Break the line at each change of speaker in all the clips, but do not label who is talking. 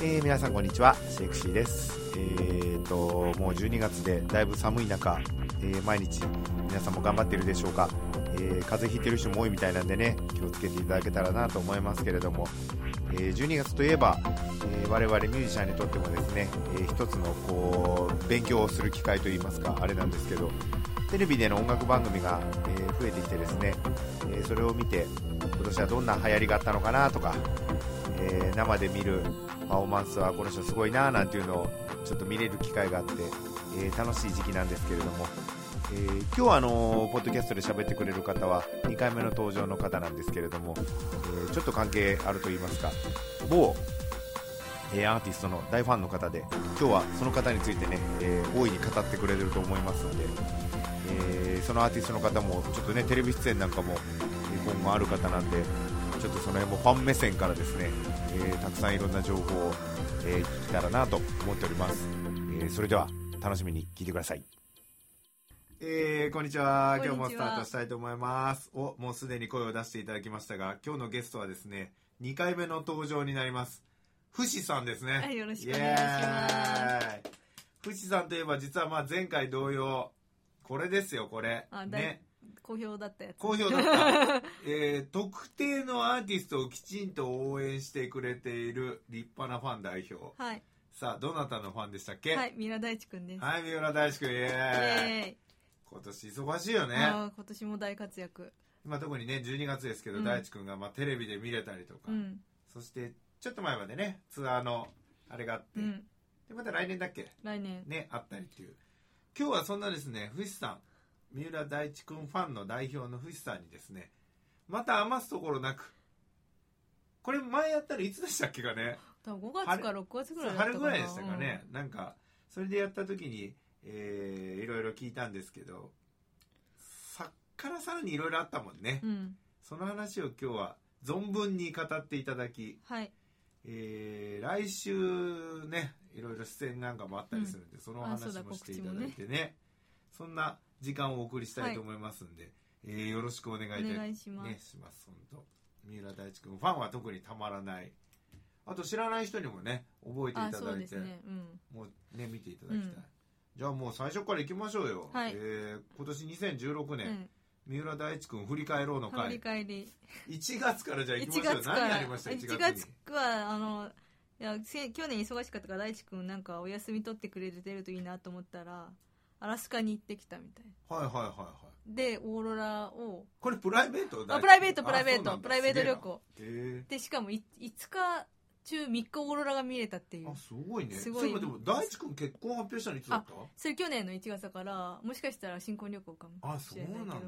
皆さんこんにちはシェイクシーですえー、ともう12月でだいぶ寒い中、えー毎日皆さんも頑張ってるでしょうか、えー風邪ひいてる人も多いみたいなんでね気をつけていただけたらなと思いますけれども、えー12月といえば、えー我々ミュージシャンにとってもですね、えー一つのこう勉強をする機会といいますかあれなんですけどテレビでの音楽番組が、えー増えてきてですね、えーそれを見て今年はどんな流行りがあったのかなとか、えー生で見るパフォーマンスはこの人すごいなーなんていうのをちょっと見れる機会があって、えー楽しい時期なんですけれども、えー今日あのーポッドキャストで喋ってくれる方は2回目の登場の方なんですけれども、えーちょっと関係あると言いますか某、えーアーティストの大ファンの方で今日はその方についてね、えー大いに語ってくれると思いますので、えーそのアーティストの方もちょっとねテレビ出演なんかもえー今後ある方なんでちょっとその辺もファン目線からですね、えーたくさんいろんな情報を、えー聞けたらなと思っております、えーそれでは楽しみに聞いてくださいえーこんにちは
こんにち
今
は
日もスタートしたいと思いますおもうすでに声を出していただきましたが今日のゲストはですね2回目の登場になります富士さんですね
はいよろしくお願いしま
イ
す
エーイ富士さんといえば実はまあ前回同様これですよこれ
あだい
ね
好評だったやつ
好評だ った、えー特定のアーティストをきちんと応援してくれている立派なファン代表
はい
さあどなたのファンでしたっけ
はいミラ大地くんです、
はい三浦大志くんイエ
イ
ーイ
エ
今年忙しいよ
ーイ
ね
あー今年も大活躍
今特にね12月ですけど、
うん
大地くんがまあテレビで見れたりとか、
うん
そしてちょっと前までねツアーのあれがあって、
うん
でまた来年だっけ
来年
ね、あったりっていう。今日はそんなですね、富士さん、三浦大知くんファンの代表の富士さんにですね、また余すところなく、これ前やったらいつでしたっけかね、
多分5月か6月ぐらいだったかな
春ぐらいでしたかね、なんか、それでやった時に、えーいろいろ聞いたんですけど、さっからさらにいろいろあったもんね。
うん、うん
その話を今日は存分に語っていただき、
はい
えー来週ねいろいろ出演なんかもあったりするんで、そのお話
あそうだ
もしていただいてねそんな時間をお送りしたいと思いますんで、えーよろしくお願いいた
お願
ね、
いします、
します本当三浦大知君ファンは特にたまらないあと知らない人にもね覚えてい
あ
た
そう
だい
で
て
すねうん
もうね見ていただきたい、
うん
じゃあもう最初から行きましょうよ、
はい
えー今年2016年、
うん
三浦大知君振り返ろうの
振り
会
返り
1月からじゃあ行き
1
ましょう
月か
何
ら
ありました1
1
月に
月はあのいやせ去年忙しかったから大地くんなんかお休み取ってくれてるといいなと思ったらアラスカに行ってきたみたい
はいはいはいはい
でオーロラを
これプライベート
あプライベート
あ
プライベ
そ
ー
うな
ト
んだ
プライベート
すげえ
旅
な
行
へ
でしかもい5日中3日オーロラが見れたってい
え
う
あすごいね
すごい
そうでも大地君結婚発表したのいつだった
それ去年の1月だからもしかしたら新婚旅行かも
あ
し
そう
れない
なんだ
け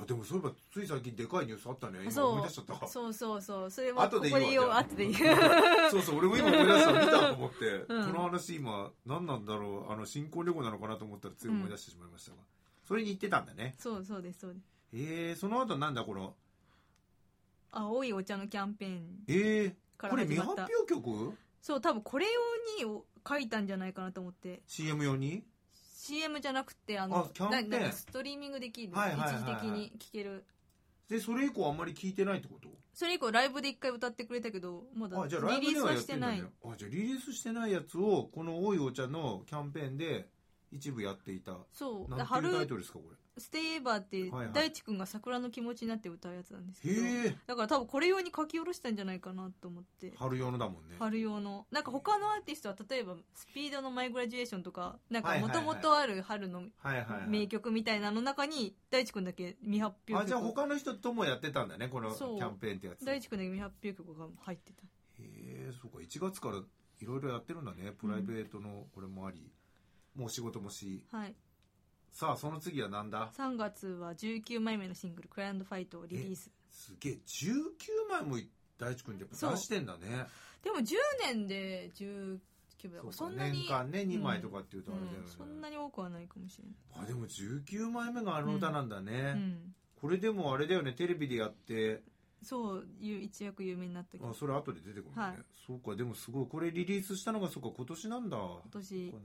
あでもそういえばつい最近でかいニュースあったね
あ
今
そう
思い出しちゃった
どそうそうそうそれはこ
後
こ
で
で
言
言
う
おう
わ
後で言
じゃ
う
あそうそう俺も今思い出した見たと思って、
うん
この話今何なんだろうあの新婚旅行なのかなと思ったらつい思い出してしまいましたが、それに行ってたんだね
そうそうですそうです
えー、その後なんだこの
青いお茶のキャンペーン
え
か
ー、
ら
これ
始
未
ま
発
った
表曲
そう多分これ用に書いたんじゃないかなと思って
CM 用に
CM じゃなくてあの
あキャンペーン
ななんかストリーミングできる、
はいはいはいはい
一時的に聴ける
でそれ以降あんまり聞いてないってこと
それ以降ライブで一回歌ってくれたけどまだ
あじゃあライ
リ
ブ
リ
で
ース
は
は
やっ
してて
んだ
ない
ねあじゃあリリースしてないやつをこの「おいお茶」のキャンペーンで一部やっていた
そう
なんていうタイ
春
トルですかこ
ステイエバーって
はいはい
大地君が桜の気持ちになって歌うやつなんですけ
れ
ど、
へえ
だから多分これ用に書き下ろしたんじゃないかなと思って
春用のだもんね
春用のなんか他のアーティストは例えばスピードの「マイグラジュエーション」とかなん
は
か
いは
も
いは
と
い
もとある春の
はいはい、は
名
い、
曲みたいなの中に大地君だけ未発表曲
あじゃあ他の人ともやってたんだねこのキ
そう
ャンペーンってやつ
大
へ
地君だけ未発表曲が入ってた
えそうか1月からいろいろやってるんだねプライベートのこれもあり、もう仕事もし
はい
さあその次はなんだ
3月は19枚目のシングル「クライアンドファイト」をリリース
すげえ19枚も大地君ってやっぱ出してんだね
でも10年で19枚だからそ
うんか
なに
年間ね2枚とかっていうとあれだよね、
うんそんなに多くはないかもしれな
あでも19枚目があの歌なんだね、
い、うん、
これでもあれだよねテレビでやって
そういう一躍有名になったけど
あ
今
それ後で出てくるね、
はい
そうかでもすごいこれリリースしたのがそうか今年なんだ、そう
年
かね、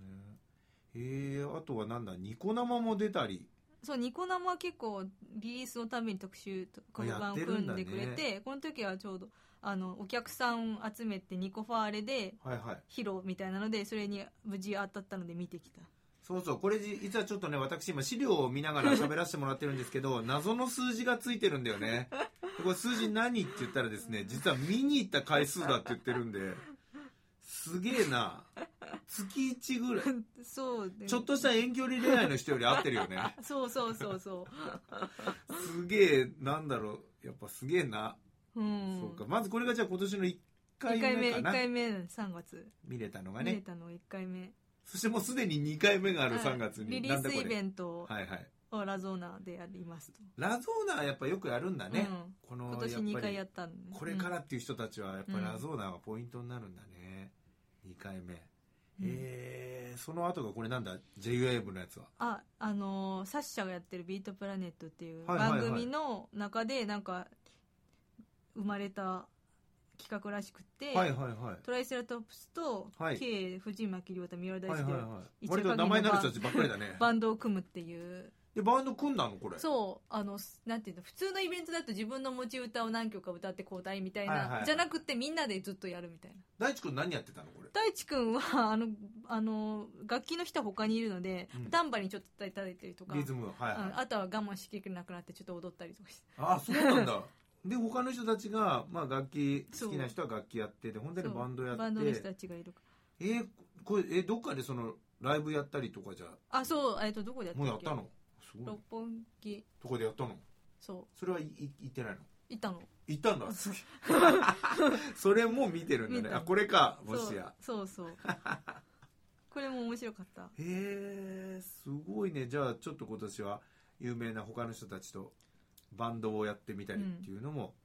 えー、あとはなんだニコ生も出たり
そうニコ生は結構リリースのために特集とか
や
特番を
ってる
組
んだ
ん
ね
でくれてこの時はちょうどあのお客さんを集めてニコファーレで
はいはい
披露みたいなのでそれに無事当たったので見てきた
そうそうこれじ実はちょっとね私今資料を見なが ら喋らせてもらってるんですけど謎の数字がついてるんだよねでこれ数字何って言ったらですね実は見に行った回数だって言ってるんですげえな月1ぐらい
そうで
ちょっとした遠距離恋愛の人より合ってるよね
そうそうそうそ
すげえなんだろうやっぱすげえな、
う、うん、
そうかまずこれがじゃあ今年の1
1
回
回目
目か
1
な
回目3月
見れたのが
見れ
ね
たの1回目
そしてもうすでに2回目がある3月に、
リリ
なん
ー
だ
ス
こ
イベ
れ
ント
はいはい
をラゾーナでやりますと、
ラゾーナはやっぱよくやるんだね、
うん
この
今年
や
2
っぱ
回
り
やったのね
これからっていう人たちはやっぱ
うん
ラゾーナがポイントになるんだね、2回目、
うん
えー、その後がこれなんだ JWAVE のやつは
ああのーサッシャがやってる「ビートプラネット」っていう
はいはいはい
番組の中でなんか生まれた企画らしくて、
はいはいはい
トライセラトプスと
はい
K 藤巻亮太三浦大
はい
輔
はい
の
はい
一応
割と名前になる人たちばっかりだね
バンドを組むっていう
でバンド組んだのこれ
そうあのすなんていうの普通のイベントだと自分の持ち歌を何曲か歌って交代みたいな、
はいはいはい
じゃなくてみんなでずっとやるみたいな
大地君何やってたのこれ
大地君はあのあの楽器の人は他にいるので、
うん
タンバリンちょっと叩いたりとか
リズムはいはい、
うんあとは我慢しきれなくなってちょっと踊ったりとかして
あそうなんだで他の人たちが、まあ、楽器好きな人は楽器やっててほんでね
そう
バンドや
バンド
っ
の人
て
たちがいるから
えーこれえどっかでそのライブやったりとかじゃ
あそうえっとどこでやった
も
っ
う
け
やったのすごい
六本木
とこでやったの
そ
それはいい行 ってないの
ういたの
行ったんだ それも見てるんだ
見
ね
た
あこれか
そ
も
う
しや
そうそう これも面白かった
へえすごいねじゃあちょっと今年は有名な他の人たちとバンドをやってみたりっていうのも、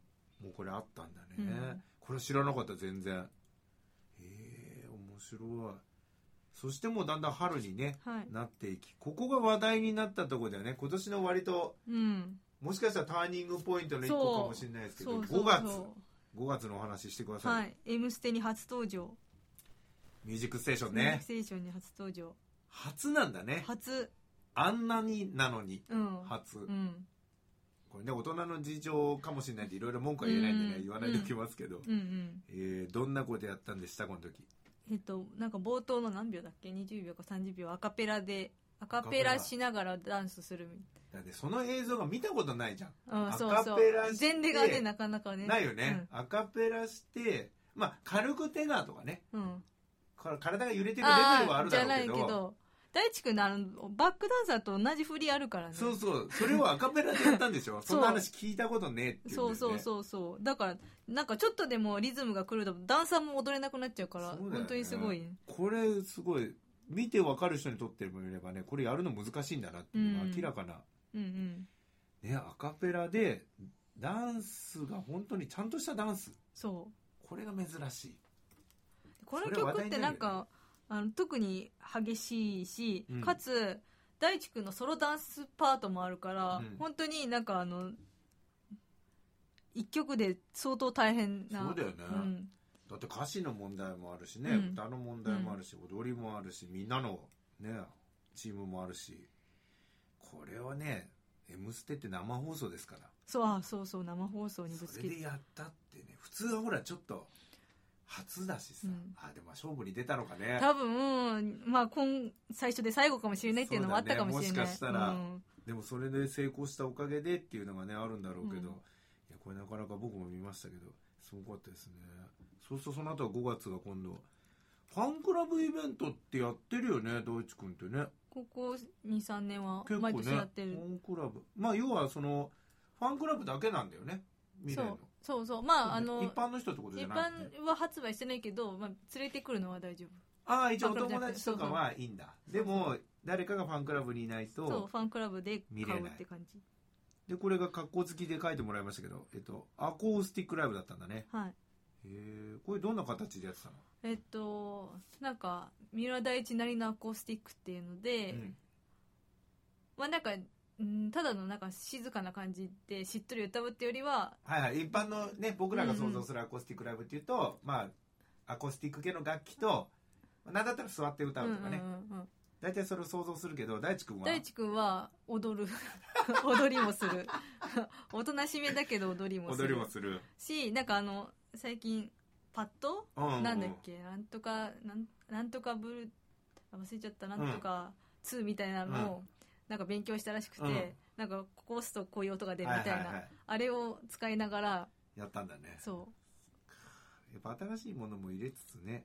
もうこれあったんだね、
うん
これ知らなかった全然へえ面白いそしてもうだんだん春にね
はい
なっていきここが話題になったところだよね今年の割と
うん
もしかしたらターニングポイントの一個かもしれないですけど
そうそうそう
5月5月のお話ししてください、
はい「M ステ」に初登場
ミュージックステーション
ミュージッ
ね
クステーションに初登場
初なんだね
初
あんなになのに
うん
初、
うん
これね大人の事情かもしれないんでいろいろ文句は言えないんでね、
うん
言わないでおきますけど、
うんうん
えーどんなことやったんでしたこの時
えっとなんか冒頭の何秒だっけ20秒か30秒アカペラでアカペラしながらダンスするみ
だってその映像が見たことないじゃん、
たいなうんそ
アカ
うそう
ペラして
前例がねなかなかね
ないよね、アカペラしてまあ軽くテナーとかね
うん、うん
か体が揺れてるレベルはあ
あ
る
ーじ
だ
ゃ
ろう
な
け
い
ど
けど大地君のあのバックダンサーと同じ振りあるからね
そうそうそれをアカペラでやったんでし ょ
う
そんな話聞いたことねえっていうんだよ
そ
ね
うそうそうそうだからなんかちょっとでもリズムが来るとダンサーも踊れなくなっちゃうから
そうだよね
本当にすごいね
これすごい見てわかる人にとってもいればねこれやるの難しいんだなっていうのが明らかな、
うんうん
ねアカペラでダンスが本当にちゃんとしたダンス
そ
これが珍しい、
うこの
それ話
曲
題
っ
に
て
なるよ
な
ね
んかあの特に激しいし、
うん
かつ大地君のソロダンスパートもあるから、
うん
本当になんかあの一曲で相当大変な
そうだよね
うん
だって歌詞の問題もあるしね、
うん
歌の問題もあるし踊りもあるしみんなのねチームもあるしこれはね「M ステ」って生放送ですから
そうあそうそう生放送にぶつ
そ
け
れ
て
でやったってね普通はほらちょっと初だしさ、
うん
あでも勝負に出たのかね
多分、まあ、今最初で最後かもしれないっていうのもあったかもしれない、
そうだねもしかしたら
うん
でもそれで成功したおかげでっていうのがねあるんだろうけど、
うん
いやこれなかなか僕も見ましたけどすごかったですねそうするとその後は5月が今度ファンクラブイベントってやってるよね大地君ってね
ここ23年は
結構
毎
ね
年やってる、
ファンクラブまあ要はそのファンクラブだけなんだよね未
そ
来
う
の
そうそうまああ
そう
の
ね一般の人ってことじ
一
ゃないのね、
般は発売してないけど、まあ、連れてくるのは大丈
ああ一応お友達とかはいいんだでも誰かがファンクラブにいない
夫そう
と
ファンクラブで
見れ
買
な
う
い
って感じ
でこれが格好好きで書いてもらいましたけどえっとアコースティックライブだったんだね
はい
へえこれどんな形でやってたの
えっとなんか三浦大知なりのアコースティックっていうので、
うん
まあなんかうんただのなんか静かな感じでしっとり歌うってよりは
はいはい一般のね僕らが想像するアコースティックライブっていうと、まあアコースティック系の楽器となんだったら座って歌うとかね、
うんうんうんうん
大体それを想像するけど大地君は
大地君は踊る 踊りもするおとなしめだけど踊りもす
踊り
る
もする、
しなんかあの最近パッド、
うう
なんだっけなんとかなんなんとかブルあ忘れちゃったなんとか2みたいなのを、なんか勉強したらしくて、
うん
なんかここ押すとこういう音が出る
は
み
い
たいな、
はいはい
あれを使いながら
やったんだね
そう
やっぱ新しいものも入れつつね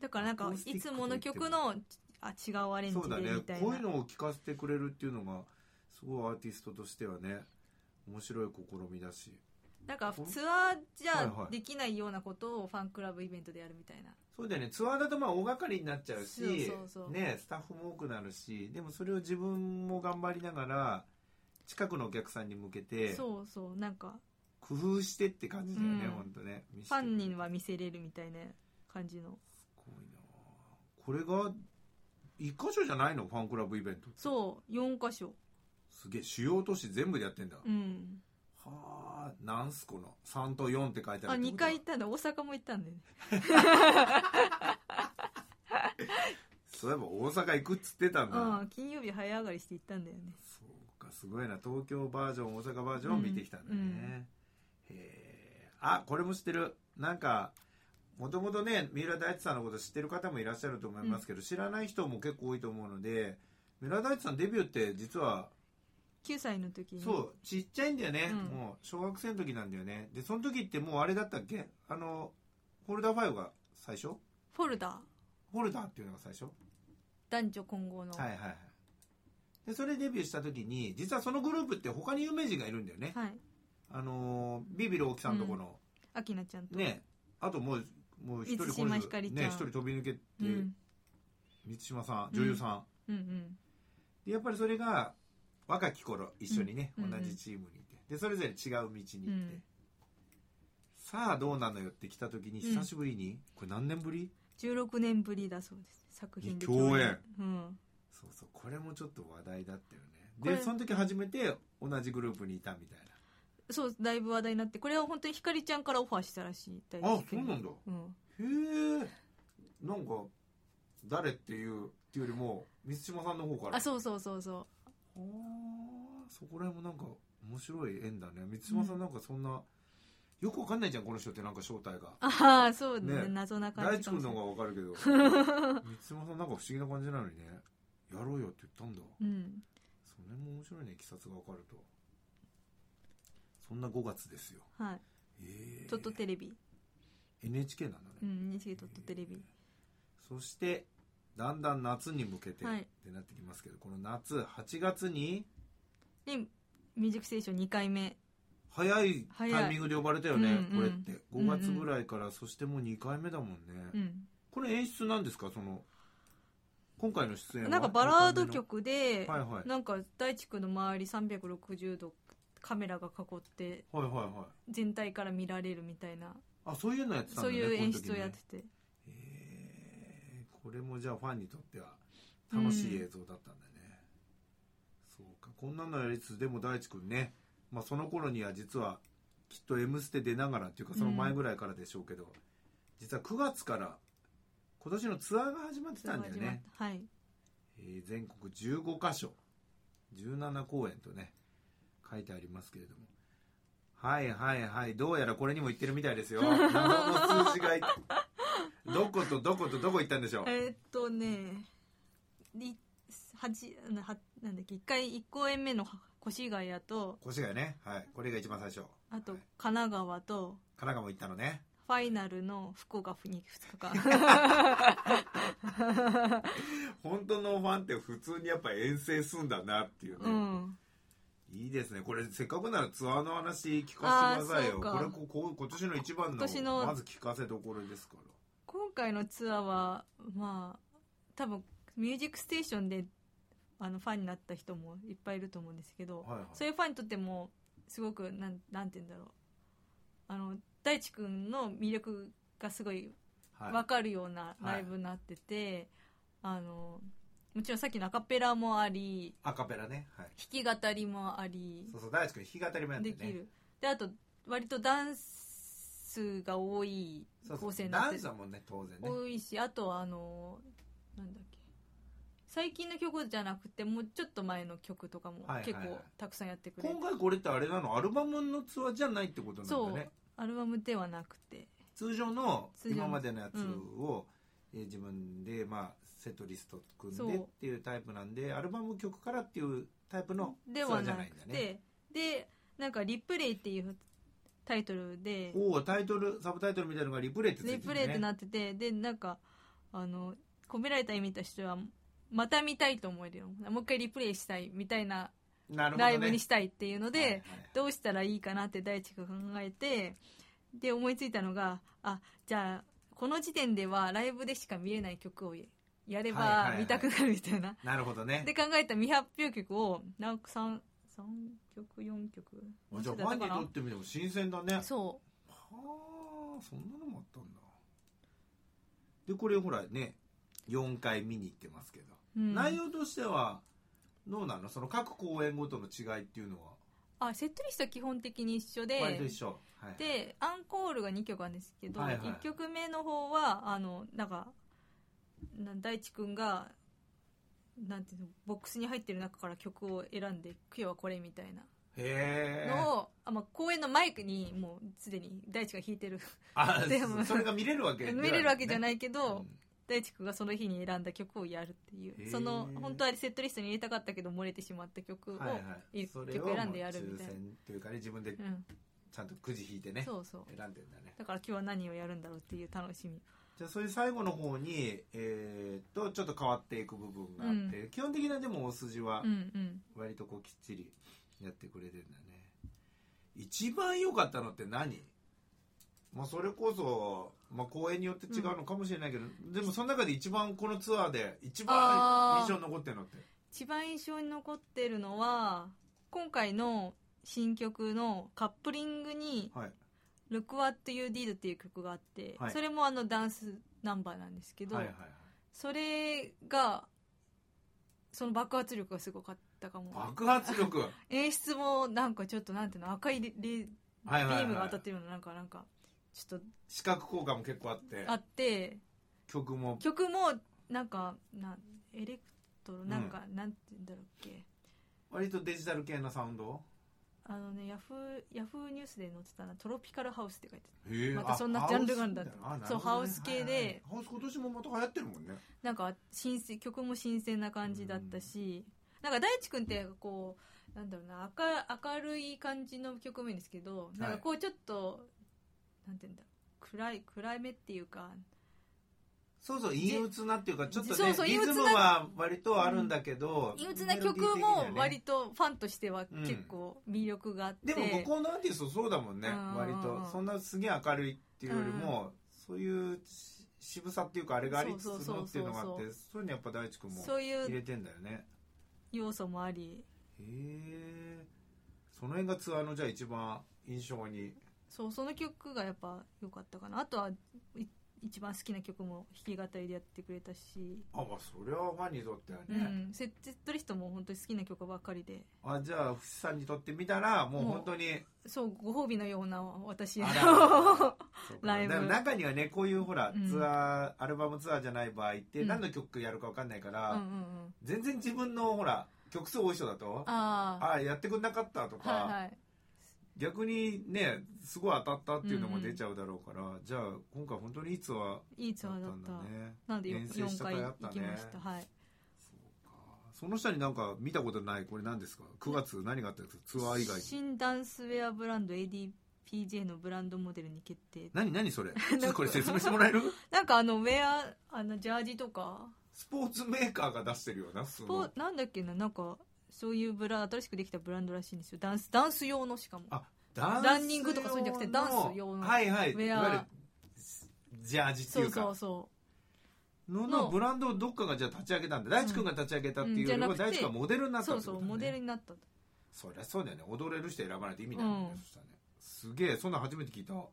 だからなん
ア
か
コースティッ
い
ク
つもの曲のあ違うアレンジ
そう
で
だね
みたい
こう
な、
いうのを聞かせてくれるっていうのがすごいアーティストとしてはね面白い試みだし
なんかツアーじ
はいは
ゃ
い
できないようなことをファンクラブイベントでやるみたいな、
そうだよねツアーだとまあ大掛かりになっちゃうし
そうそうそう
ね、スタッフも多くなるしでもそれを自分も頑張りながら近くのお客さんに向けて
そうそうなんか
工夫してって感じだよね、
うん
ほんとね見せ
フ
て
ァンには見せれるみたいな感じの
すごいなこれが一箇所じゃないのファンクラブイベント
そう4箇所
すげえ主要都市全部でやってんだ、
うん
はあなんすこの3と4って書いて
あ
あるって
2
ことだ
回行ったんだ大阪も行ったんだよね
そういえば大阪行くっつってたんだ、
うん金曜日早上がりして行ったんだよね
そうかすごいな東京バージョン大阪バージョンを見てきたんだね、へえあこれも知ってるなんかもともとね三浦大知さんのこと知ってる方もいらっしゃると思いますけど、知らない人も結構多いと思うので三浦大知さんデビューって実は
9歳の時に
そうちっちゃいんだよね、
うん
もう小学生の時なんだよねでその時ってもうあれだったっけあのフォルダファイルが最初
フォルダ
フォルダっていうのが最初
男女混合の
はいはいはいでそれデビューした時に実はそのグループって他に有名人がいるんだよね、
はい
あのービビる大木さんとこの、
アキナちゃんと、
ねあともうもう一人
満
この
島
人
ひかりちゃん
ね一人飛び抜けて、
うん、
満島さん女優さん、
うんうん
でやっぱりそれが若き頃一緒にね、
うん
同じチームにいてでそれぞれ違う道に行って、
うん
さあどうなのよって来た時に
うん
久しぶりに、これ何年ぶり
16年ぶりだそうです作品で
共演
うん
そうそうこれもちょっと話題だったよ
こ
ね
れ
でその時初めて同じグループにいたみたいな
そうだいぶ話題になってこれは本当にひかりちゃんからオファーしたらしい大地君に
あそうなんだ
うん
へえなんか誰っていうっていうよりも満島さんの方から
あそうそうそうそ
あーそこら辺もなんか面白い縁だね満島さんなんかそんな、よくわかんないじゃんこの人ってなんか正体が
うああそうね
ね
謎な感
大
じ
地
かも
君
しれ
の
ない
方がわかるけど 満島さんなんか不思議な感じなのにねやろうよって言ったんだ
うん
それも面白いねいきさつがわかるとそんな5月ですよ
はい
ええ
トットテレビ
NHK なんだね、
うん西トットテレビ
そしてだんだん夏に向けてっ
はい
てなってきますけど、この夏8月に
でミュージックステーション2回目
早いタ
早い
イミングで呼ばれたよね、
うんうん
これって5月ぐらいから、そしてもう2回目だもんね、
うん
これ演出なんですかその今回の出演は
なんかバラード曲で、
はいはい
なんか大地君の周り360度カメラが囲って
はいはいはい
全体から見られるみたいな、
あそういうのやってたんだ
そう
ね
いう演出を
この時ね
やってて、
えーこれもじゃあファンにとっては楽しい映像だったんだね、そうかこんなのやりつつでも大地君ね、まあ、その頃には実はきっと「M ステ」出ながらっていうかその前ぐらいからでしょうけど、実は9月から今年のツアーが始まってたんだよ
始まっ
ね、
たはい
えー全国15カ所17公演とね書いてありますけれどもはいはいはいどうやらこれにも行ってるみたいですよ謎の数字がいどことどことどこ行ったんでしょう
えーっとねい八なはなんだっけ1回1公演目の越谷と
越谷ねはいこれが一番最初
あと
はい
神奈川と
神奈川も行ったのね
ファイナルの福岡に2日間
本当のファンって普通にやっぱ遠征すんだなっていうね、
うん
いいですねこれせっかくならツアーの話聞かせてください
あーそ
よ
うか
これここ今年の一番の
今年の
まず聞かせどころですから
今回のツアーはまあ多分「ミュージックステーションであのファンになった人もいっぱいいると思うんですけど、
はいはい
そういうファンにとってもすごくなんなんて言うんだろうあの大地君の魅力がすごい
はい
分かるようなライブになってて、あのもちろんさっきのアカペラもあり
アカペラねはい
弾き語りもあり
そうそう大地君弾き語りもやって
で
ね
きるであと割とダンスが多い
そうそ
構
う
成にな
ダ
っ
ン
てる
スだもんね当然ね
多いしあとはあのなんだっけ最近の曲じゃなくてもうちょっと前の曲とかも
はいはいはい
結構たくさんやってくれる、
今回これってあれなのアルバムのツアーじゃないってことな
そ
んだ
う
ね
アルバムではなくて
通常の
通常の
今までのやつを、えー自分で、まあ、セットリスト組んで
そう
っていうタイプなんでアルバム曲からっていうタイプのツ
で
ア
は
ーじゃ
な
ないんだ
く
ね
てでなんか「リプレイ」っていうタイトルで
おおタイトルサブタイトルみたいなのがリプレイってついて
リ
る、ね、
プレイってなっててでなんかあの込められた意味としてはまた見たいと思えるよもう一回リプレイしたいみたいな
なるほどね
ライブにしたいっていうので、
はいはい
どうしたらいいかなって大地が考えてで思いついたのがあじゃあこの時点ではライブでしか見えない曲をや
はいはい
れば
はい
見たくなるみたいな。
なるほどね
で考えた未発表曲をなんか 3, 3曲4曲
あじゃあファ
だった
ンに
か
と
な
ってみても新鮮だねは
そ
あそんなのもあったんだでこれほらね4回見に行ってますけど、
う、うん、
内容としてはどうなのその各公演ごとの違いっていうのは
あセットリストは基本的に一緒で
割と一緒、はい、
でアンコールが2曲あるんですけど、
はいはい
1曲目の方はあのなんかな大地君がなんていうのボックスに入ってる中から曲を選んで「今日はこれ」みたいな
へえ
のを、あまあ、公演のマイクにもうすでに大地が弾いてる
あ
でも
それが見れるわけ
見れるわけじゃ
い
ないけ
け
ど、大地君がその日に選んだ曲をやるってい
へ
う
ー
その本当はセットリストに入れたかったけど漏れてしまった曲を、
はいはい、
一
そ
曲
れをもう
選んでやるみたい
抽
な
選というかね自分で
うん、
ちゃんとくじ引いてね
そうそう
選んでんだね
だから今日は何をやるんだろうっていう楽しみ
じゃあそういう最後の方にえーっとちょっと変わっていく部分があって、基本的なでも大筋は
うんうん
割とこうきっちりやってくれてるんだね一番良かったのって何まあそれこそ、まあ、公演によって違うのかもしれないけど、でもその中で一番このツアーで一番
あー
印象に残ってるのって
一番印象に残ってるのは今回の新曲のカップリングに
はい
「Look What You Did」っていう曲があって、
はい
それもあのダンスナンバーなんですけど、
はいはいはい
それがその爆発力がすごかったかも
爆発 力はい
演出もなんかちょっとなんていうの赤いレレビ
はいはい、
ームが当たってるようななんかなんかちょっと
視覚効果も結構あって
あって
曲も
曲もなんかなんエレクトロなんか、なんて言うんだろうっけ
割とデジタル系なサウンド
あのねヤフーヤフーニュースで載ってたな「トロピカルハウス」って書いてあ
へえ
またそんなジャンルがあるんだってそうハウス系で
ハウス今年もまた流行ってるもんね
るなんか新鮮曲も新鮮な感じだったし、なんか大地君ってこうなんだろうな明明るい感じの曲もいいんですけどなんかこうちょっと、なんて言うんだろう暗い暗めっていうか
そうそう陰鬱なっていうかちょっと
そう
ね
そう
リ
陰
ズ
鬱な
ムは割とあるんだけど
憂鬱な曲も割とファンとしては
うん
結構魅力があっ
で
て、
も向こうのアーティストそうだもんね
うん
割とそんなすげえ明るいっていうよりもそういうし渋さっていうかあれがありつつ
そうそうそうそ
の
う
っていうのがあってそういうのやっぱ大地君も
そう
入
い
れ
う
てんだよね
要素もあり
へえその辺がツアーのじゃあ一番印象に
そうその曲がやっぱ良かったかなあとはい一番好きな曲も弾き語りでやってくれたし
あまあそれはファンにとってはね、
うん、セットリストも本当に好きな曲ばっかりで
あじゃあ藤さんにとってみたらもう本当に
そうご褒美のような私の
あ ら
ライブ
だから中にはねこういうほら、
うん
ツアーアルバムツアーじゃない場合って
うん
何の曲やるか分かんないか
う
ら、
んうんうん
全然自分のほら曲数多い人だとあ
あ
あやってくれなかったと
あ
か、
はいはい
逆にねすごい当たったっていうのも出ちゃうだろうから、じゃあ今回本当にいいツアーだっ
いいツ
た
アーだっ
んだ
た
ね
なので
遠征し
4
た
回
回あ
行
ったね
きましたはい
そうかその下になんか見たことないこれ何ですか9月何があったんですかツアー以外に
新ダンスウェアブランド ADPJ のブランドモデルに決定
何何それ ちょっとこれ説明してもらえる
なんかあのウェアあのジャージとか
スポーツメーカーが出してるようなス
スポなんだっけななんかそういうブラ新しくできたブランドらしいんですよダンスダンス用のしかも
あダ
ランニングとかそういうんじゃなくてダンス用の
はいはい
ウェア
いわゆるジャージって
そ
いううか
そうそ
の
の
のブランドをどっかがじゃあ立ち上げたんだ大地君が立ち上げたっていうより
うん
は
うんじゃな
大
くて
地君がモデルにな
う
ったっ
そ
てこと
うそう
だね
モデルになったと
そりゃそうだよね踊れる人選ばないと意味ないもんね
うん
そしたらねすげえそんなん初めて聞いたこ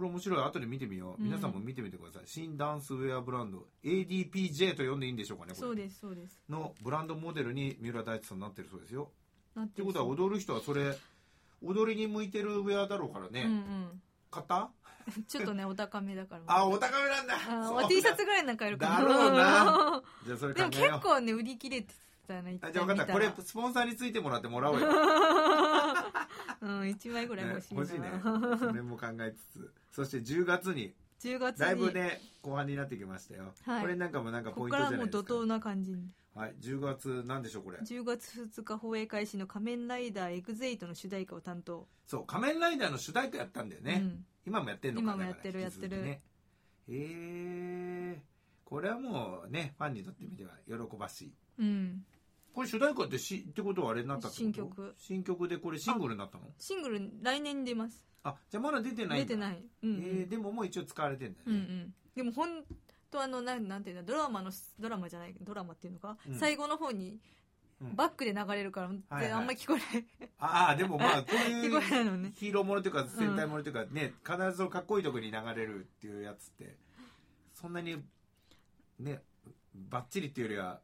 れ面白い後で見てみよう
うん
皆さんも見てみてください新ダンスウェアブランド ADPJ と呼んでいいんでしょうかねこ
そう
れ
ですそうです
のブランドモデルに三浦大知さんになってるそうですよ
なっ
ってて
る
ことは踊る人はそれ踊りに向いてるウェアだろうからね
うんうん
買った
ちょっとね、お高めだから。
あ、お高めなんだ
あ
そう
お
だ
T シャツぐらいなんかやるかな。
だ ろうなじゃあそれ考
で
え
も結
よう。
構ね、売り切れてたな、一
あ
回
じゃあ分かった。こ
見
れ
ら、
スポンサーについてもらってもらおうよ。
うん、1枚ぐらい
ね
欲しいな。
欲しいね。それも考えつつ。そして10月に、
10月に。
だいぶね、後半になってきましたよ。
はい
これなんかもなんか
こ
ポ
こ
イン
か
トじ
ら
ゃな
も
いうで
怒
すか。
涛な感じに。
はい、10月なんでしょう、これ。
10月2日放映開始の仮面ライダーエグゼイトの主題歌を担当。
そう、仮面ライダーの主題歌やったんだよね。
うん
今もやってんのか
今もやってる
だから
やって
引き
る
続きね。えー、これはもうね、ファンにとってみては喜ばしい。
うん。
これ主題歌ってし、ってことはあれになったってこと
新曲
新曲でこれシングルになったの
シングル、来年に出ます。
あ、じゃあまだ出てない
出て
い。
ない。うん、うん。
えー、でももう一応使われてんだ
うんう
よね。
ん。でも、ほんと、あの、なん、なんていうんだ、ドラマの、ドラマじゃない、ドラマっていうのか、
うん
最後の方に、
うん
バックで流れるから、で
はいはい
あんまり聞こえ
ああ、でもまあ、こう
ない、
い
聞こえな
う
いのね。
ヒーローものというか戦隊ものというかね、必ずそのかっこいいとこに流れるっていうやつって、そんなに、ね、バッチリっていうよりは、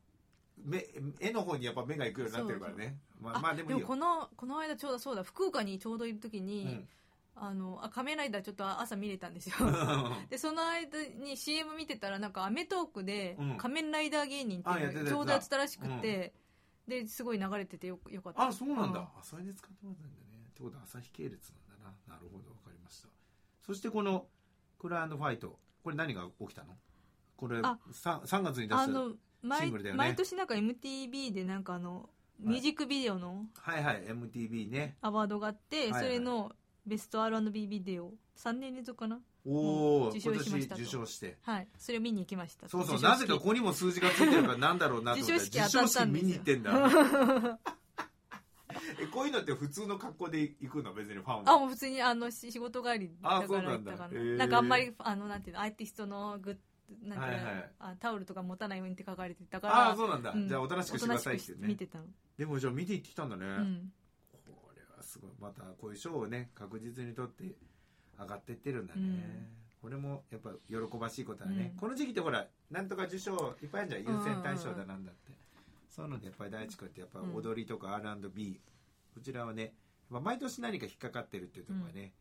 目、絵の方にやっぱ目が行くようになってるからね。まあ、まあでもいいよ
こ。の、この間ちょうどそうだ、福岡にちょうどいる時
う
に、
ん
あの、あ、仮面ライダーちょっと朝見れたんですよ。 で、その間に CM 見てたら、なんかアメトークで
うん、
仮面ライダー芸人って
あやって
い
たや
う
ってた
のちょうどやってたらしくて、で、すごい流れててよよかった。
あ、そうなん
うん
だ。あ、それで使ってもらったんだね。ってことは朝日系列なんだな。なるほど、わかりました。そしてこの、クライアンドファイト。これ何が起きたのこれ、
あ
3, 3月に出す。
あの、
シ
毎
ングルだよね
毎年なんか MTV でなんかあの、ミュージックビデオの
はいはい、MTV ね。
アワードがあって、
いはい
それのベスト R&B ビデオ、3年連続かな
おお、
うん受賞
今
しま
年
したと
受賞して。
はい。それを見に行きました。
そうそう、
授賞
な
式
ぜかここにも数字がついてるからなんだろうなと思ったら、
授賞式当たったんで
見
すよ
に行ってんだ。え、こういうのって普通の格好で行くの別にファン
あ、
は。
もう普通に、あの、し仕事帰りだから
あそうな
行っ
んだ
たかな。
へー
なんかあんまり、あの、なんていうの、アーティストのグッズ、なんていうの、
はいはい
あタオルとか持たないようにって書かれてたから。
ああ、そうなんだ。
うん
じゃあ、おとなしくしてくださいって
おとなしくし
ね
見。てたの。
でも、じゃあ見て行ってきたんだね。
うん。
これはすごい。また、こういう賞をね、確実に取って上がってってるんだね。
うん
これも、やっぱ、喜ばしいことだね。
うん
この時期ってほら、なんとか受賞いっぱいあるじゃん。優
うんうんう
先
ん
対象だなんだって。そういうので、やっぱり大地君って、やっぱ踊りとか R&B、こちらはね、まあ、毎年何か引っかかってるっていうところがね、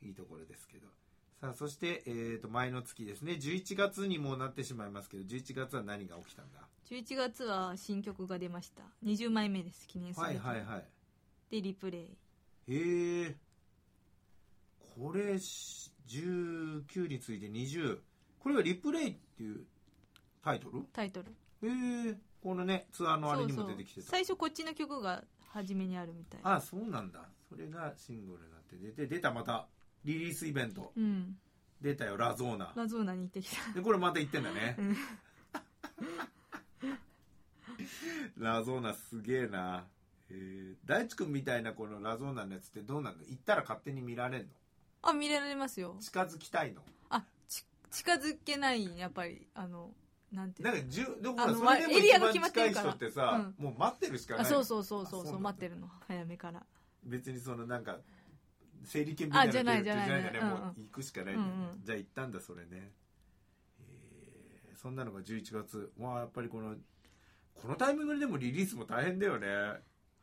いいところですけど。さあ、そして、えーと、前の月ですね。11月にもうなってしまいますけど、11月は何が起きたんだ
11月は新曲が出ました。20枚目です、記念すべ
は
き。
いはいはい。
で、リプレイ。
へえ。これ、し19について20。これはリプレイっていうタイトル
タイトル。
へえ。このね、ツアーのあれにも
そうそ
出
う
てきてた。
最初こっちの曲が初めにあるみたい。
ああ、そうなんだ。それがシングルになって出て、出たまた、リリースイベント。
うん。
出たよ、ラゾーナ。
ラゾーナに行ってきた。
で、これまた言ってんだね
うん。
ラゾーナすげえな。えー、大地君みたいなこのラゾーナのやつってどうなの行ったら勝手に見られんの
あ、見られますよ。
近づきたいの
あ、ち、近づけない、やっぱり、あの、なんていう
なん
の
かじゅでも
あ
ほら
の
それでも
エリア
一
が
番
決まって
近
る
い
から
人ってさ、もう待ってるしかない
あそうそうそう
あ
そう
そう
そ
な
うん
だ
待ってるの早めから
別にそのなんか整理券みたいなの
あじゃない
出るって
じゃない
んだね
うんうん
もう行くしかないんだよね
うんうん
じゃあ行ったんだそれねえーそんなのが11月わあやっぱりこのこのタイミングでもリリースも大変だよね、
う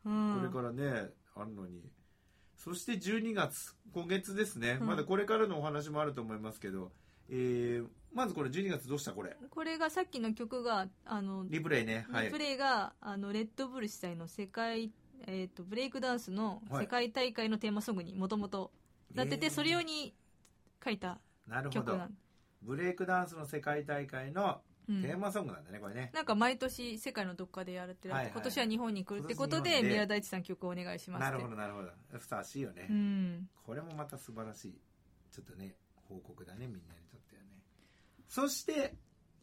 これ
ん
からねあるのにそして12月今月ですね、
うん
まだこれからのお話もあると思いますけど、えーまずこれ12月どうしたこれ
これがさっきの曲があのリ
リプレイねはい
プレイがあのレッドブル主催の世界えー、とブレイクダンスの
はい
世界大会のテーマソングにもともとなってて、
えー
それ用に書いた
なるほ
曲
ど
なん
ブレイクダンスの世界大会の
うん
テーマソングなんだね、これね。
なんか毎年世界のどっかでやるってなって、
はいはい
今年は日本に来るってこと
今
で
年日本で
宮台地さん曲お願いします
な
って
るほど、なるほど。ふさわしいよね、
うん、
これもまた素晴らしい。ちょっとね、報告だね、みんなにとってはね。そして、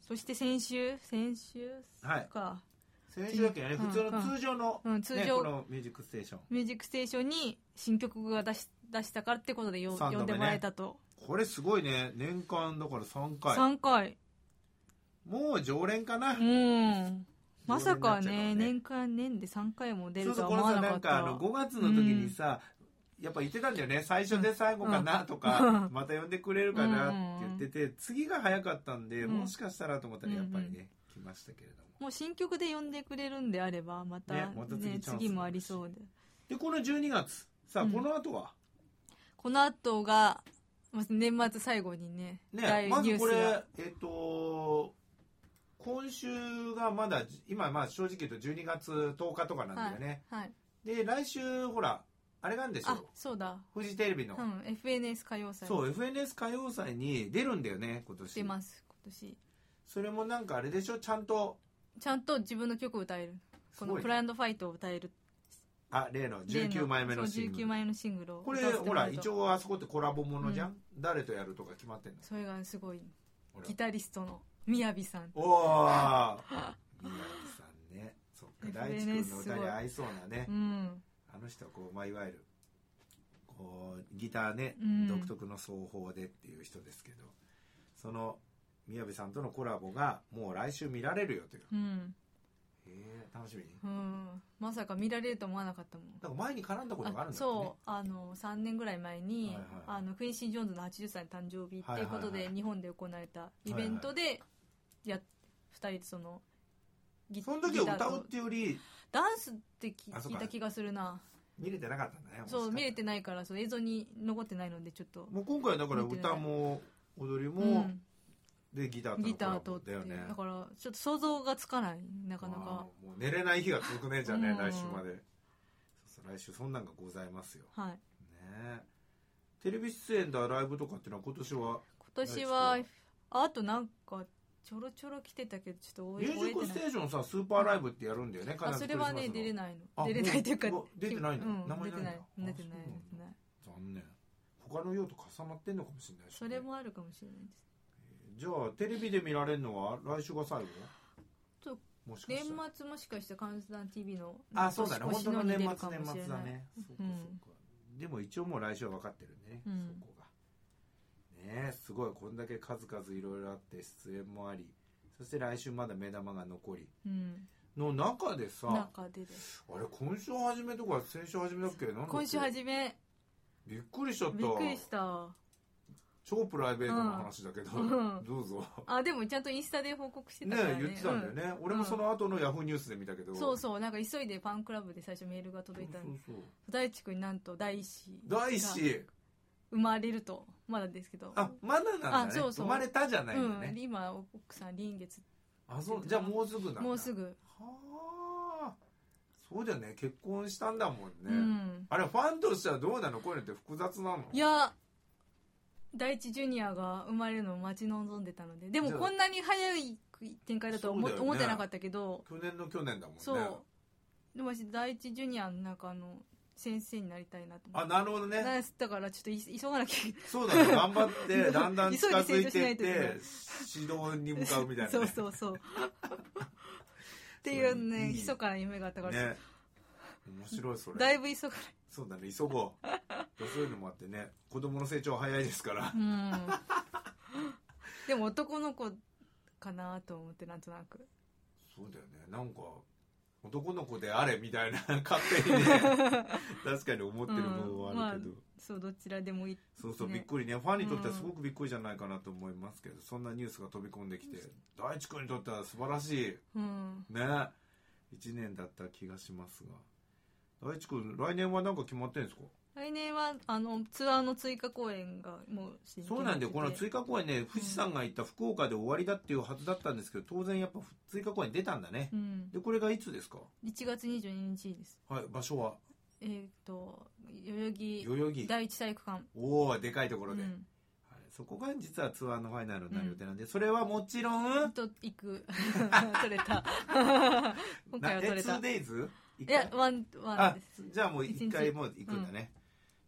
そして先週先週
はい
か、
先週だっけね、
うん
普通
うん
の通常の、
うん通
ね、
常
このミュージックステーション。
ミュージックステーションに新曲が出し出したからってことでよ、
三
呼
度目
ん
ね
でもらえたと、
これすごいね、年間だから3回。
3回
もう常連かな。
うんまさか
常連にな
ね
っ
年間年で3回も出
そ
る
う
と
そう、
は
こ
思
の
わ
さ、
な
な
か
ん
っ
かあ
た
の5月の時にさ、やっぱ言ってたんだよね、最初で最後かなとか、
うん
また呼んでくれるかなって言ってて、次が早かったんで、
うん
もしかしたらと思ったらやっぱりね、来ましたけれども。
もう新曲で呼んでくれるんであればまた,、ね
ねまた次チャンスもあるし
次もありそうで
でこの12月さあ、
うん
この後は
この後がまあ年末最後にね
ね、まずこ
が
れ、えっと、今週がまだ、今、まあ正直言うと12月10日とかなんだよね。
はい
で、来週、ほら、あれなんです
あ
よ。
そうだ
フジテレビの
う。ん FNS 歌謡祭
そう、FNS 歌謡祭に出るんだよね、今
出
年。
ます今年
それもなんかあれでしょ、ちゃんと、
ちゃんと自分の曲を歌えるこ
すご
の
いね
「プライドファイト」を歌える
あ、例の19枚目のシング
そう19
ル。
枚目のシングルを
これ、
歌わせて
ほ
もら
ら、
うと
一応あそこってコラボものじゃん誰とやるとか決まってんの
それがすごい
ほら
ギタリストのみやびさん
お ー宮城さんね。そっか、
FNS
大地君の歌に合いそうなね
う。ん
あの人はこう、まあ、いわゆる、こう、ギターね、
うん
独特の奏法でっていう人ですけど、その、宮部さんとのコラボが、もう来週見られるよという。
うん
へえ楽しみに。
うんまさか見られると思わなかったもん
なんか前に絡んだことがあるんだよね
そうあの3年ぐらい前に、
はいはい
あのクイン・シー・ジョーンズの80歳の誕生日っていうこ
は
とで、
いはいはい
日本で行われたイベントでや、2人でそのギ
その時は歌
ギター
うっ
と
ていうより、
ダンスってき
あそう
聞
か
いた気がするな
見れてなかったんだね。
そう見れて
い。
ないからそう映像に残ってないのでちょっと、
もう今回はだから歌も、踊りも、
うん、
で、ギターとのコラボ
ギターとって
だ
い
よ
う
ね。
だからちょっと想像がつかないなかな
あ
か
ーもう寝れない日が続くね、じゃあね、
うん
来週まで。そうそう来週そんなんがございますよ。
はい
ねえテレビ出演だライブとかっていうのは今年は
今年は
ナイツ
あとなんかちょろちょろ来てたけどちょ
「
っと覚
ミ
え
ュージック
覚
ス
えて
テー
ない
ション」さスーパーライブってやるんだよね
あそれはね出れ
ない
ないの
あ
出れないというか
もう出てないの
うん
名前ない
出て
んだ
ない出てない
あそうなんだ
出てない
残念他の用と重なってんのかもしれないしね
それもあるかもしれないです
じゃあテレビで見られるのは来週が最後
そう
もしか
年
したら
末もしかして「カウントダウン TV の」
あそうだね本
年越し
当の
に
年
出る
末
かも
年
しれ
末だ
ない
ねそうか
うん
そうかでも一応もう来週は分かってるんでね
うん
そこがねえすごいこんだけ数々いろいろあって出演もありそして来週まだ目玉が残り
うん
の中でさ
中でです
あれ今週初めとか先週初めだっけなんだっけ
今週初め
びっくりしちゃった
びっくりした
超プライベートの話だけど、
うん
どうぞ
あでもちゃんとインスタで報告して
ね
たからね
言ってたんだよね、俺もその後のヤフーニュースで見たけど、
うんそうそうなんか急いでファンクラブで最初メールが
そ
届
う
いた
そ
ん
う
で
そう
大地君になんと第一子
第
が
一
生まれるとまだですけど
あまだなんだね
あそうそう
生まれたじゃないよ
う
ね、
ん、今奥さん臨月
あそうじゃあもうすぐなんだ
もうすぐ、
はあそうだよね結婚したんだもんね、
うん
あれファンとしてはどうなのこういうのって複雑なの
いや第一ジュニアが生まれるのを待ち望んでたのででも
じゃあ
こんなに早い展開だとは思,、
そうだよね
思ってなかったけど
去年の去年だもんね
そう、でも私第一ジュニアの中の先生になりたいなと思
あ
って
なるほどね
なだからちょっとい急がなき
そうだね頑張 ってだんだん近づい
急
てっ
いで成長しない
て
といけない
指導に向かうみたい
ゃ
な、ね、
そうそう そうっていうね
いい
密かな夢があったから、
ね面白いそれ
だいぶ急が
そうだね急ごうそういうのもあってね子供の成長早いですから
ない、うん、でも男の子かなと思ってなんとなく
そうだよねなんか男の子であれみたいな 勝手に ね確かに思ってる部分はあるけど、
うんまそうどちらでもいい
そうそう、
ね
びっくりねファンにとってはすごくびっくりじゃないかなと思いますけど、そんなニュースが飛び込んできて大地君にとっては素晴らしい
うん
ね1年だった気がしますが大地君来年は何か決まってんですか
来年はあのツアーの追加公演がもう真
そうなんでこの追加公演ね富士山が行った福岡で終わりだっていうはずだったんですけど当然やっぱ追加公演出たんだね、
うん、
でこれがいつですか
1月22日です
はい場所は
えっ、と代々木
代々木
第一体育館
おおでかいところで、
うん
はい、そこが実はツアーのファイナルになる予定なんで、それはもちろん
と行く 取れ た今回は取れた
なえ 2days?
いやワンワン
あ
です
じゃあもう
一
一
日
回もう行くんだね、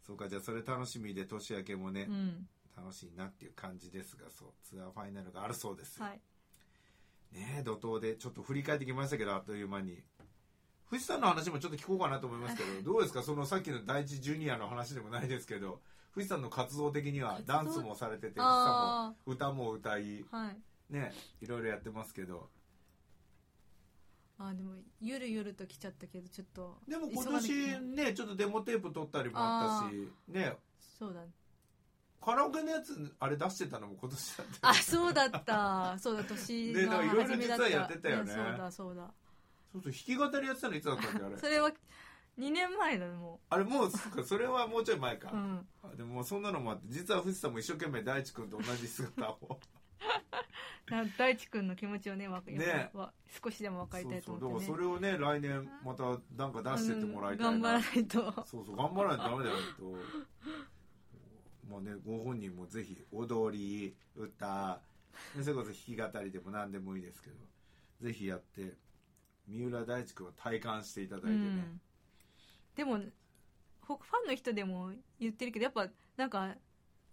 そうかじゃあそれ楽しみで年明けもね
う、ん
楽しいなっていう感じですがそうツアーファイナルがあるそうですよ、
はい
ねえ怒涛でちょっと振り返ってきましたけどあっという間に藤さんの話もちょっと聞こうかなと思いますけどどうですかそのさっきの第一ジュニアの話でもないですけど藤さんの活動的には
活動
ダンスもされてて藤さ
あ
んも歌も歌い
あはい
ねいろいろやってますけど
あーでもゆるゆると来ちゃったけどちょっと
でも今
急がなきゃ
年ねちょっとデモテープ撮ったりもあったしね
そうだね
カラオケのやつあれ出してたのも今年だった
あそうだったそうだ年
ね
の
なんかいろいろ
初めだ
実
った
はやってたよね
そうだそうだ
そうそう弾き語りやってたのいつだったんだあれ
それは2年前だねも
あれもうそっかそれはもうちょい前か
う、う、ん、
あでももうそんなのもあって実は富士さんも一生懸命大地君と同じ姿を
な大地君の気持ちをねわか
ね
わ少しでも分かりたいと
そうそうだか
思っ
ら
て、ね、
それをね来年またなんか出してってもらいたいな、
うん頑張らないと
そうそう頑張らないとダメだよともうねご本人もぜひ踊り歌それこそ弾き語りでも何でもいいですけどぜひやって三浦大知君を体感していただいて
う
ね、
ん、でもほファンの人でも言ってるけどやっぱなんか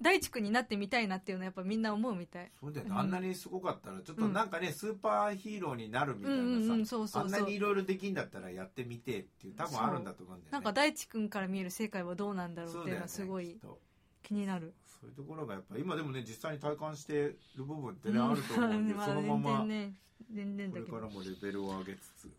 大地君になってみたいなっていうのはやっぱみんな思うみたい
そうだよね
うん
あんなにすごかったらちょっとなんかね、スーパーヒーローになるみたいなさ、
うんうんうんそうそうそう
あんなにいろいろできんだったらやってみてっていう多分あるんだと思うんだよね
なんか大地君から見える世界はどうなんだろう
そうだ
ってい
よ
うの
ね
はすご
き
い
っと
気になる
そういうところがやっぱ今でもね実際に体感してる部分ってね、あると思うんで、
ん まあ
そのまま
全然ね全然
こ
だ
れ
け
か
ど
らもレベルを上げつつ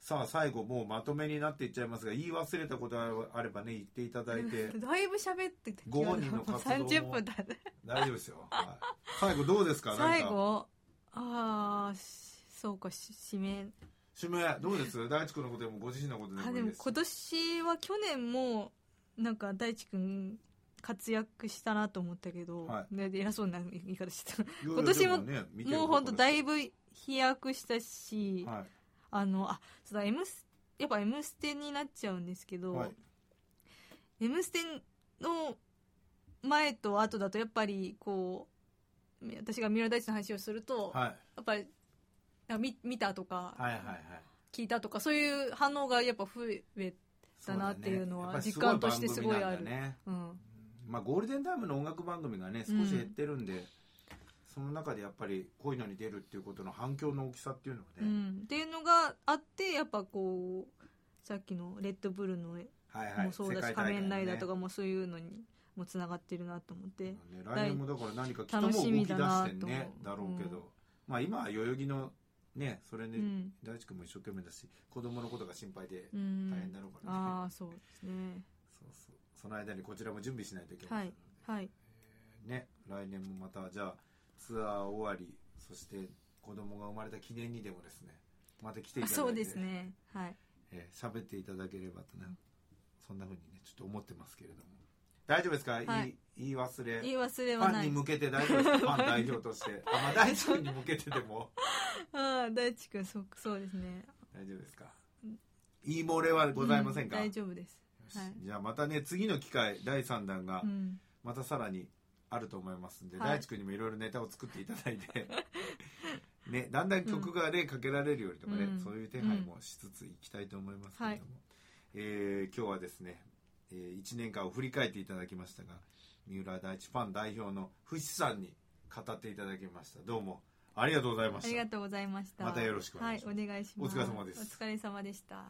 さあ最後もうまとめになっていっちゃいますが言い忘れたことあればね言っていただい て
だいぶ喋ってた
ご本人の活動も
30分だね
大丈夫ですよ、はい最後どうですか
最
なんか
後ああそうかし指名
締めどうです大地君のことでもご自身のことで
あ
もい
で
い
も
です
今年は去年もなんか大地君活躍したなと思ったけど、
は
で偉そうな言い方してた
いやいや
今年も
でね見てる
もう本当だい
ぶ
ぶ飛躍したし、
は
あのあそうだ M スやっぱ「M ステ」になっちゃうんですけ
い、
ど「
はい
M ステ」の前と後だとやっぱりこう私が三浦大地の話をすると、
はい
やっぱりなんか見見たとか、
はいはいはい
聞いたとかそういう反応がやっぱ増えだなっていうのは
そだね
実感としてすごいある
やっぱりすごい番組なんだね
うん
まあ、ゴールデンタイムの音楽番組がね少し減ってるんで、その中でやっぱりこういうのに出るっていうことの反響の大きさっていうのはね、
うん、っていうのがあってやっぱこうさっきの「レッドブル」の絵
はいはい
もそうだし「
世界大
仮
会
面ライダー」と
ね
かもそういうのにもつながってるなと思って
ね来年もだから何かきっともう
楽
動
し
き出
み
して
だなと
んねだろうけど、まあ今は代々木のねそれ
う
ね、
ん、
大地君も一生懸命だし子供のことが心配で
う
大
ん、
変だろうからね、
ああそうですね
そうそうその間にこちらも準備しないといけませんので、
はい
ね来年もまたじゃあツアー終わりそして子供が生まれた記念にでもですねまた来ていただ
あ
いて
そうですねはい
えー喋っていただければとねそんな風にねちょっと思ってますけれども大丈夫ですか、、
はい
言い忘れ
言い忘れ
フ
は
ァン
な
に
い
向けて大丈夫ですかファン代表としてあ、まあ、大丈夫に向けてでも
ああ大地君そうそうですね
大丈夫ですか言い漏れはございませんか、
う大
よ
丈夫です、
し
はい
じゃあまたね次の機会第3弾が
うん、
またさらにあると思いますんで、
はい
大地君にもいろいろネタを作っていただいて ねだんだん曲がね、かけられるよりとかね、
うん
そういう手配もしつついきたいと思いますけれども、えー今日はですね、え1年間を振り返っていただきましたが三浦大地ファン代表の藤さんに語っていただきましたどうもありがとうございま
あ
し
り
た
がとうございました
またよろしくお願いします
はい、お願いします
お疲れ様です
お疲れ様でした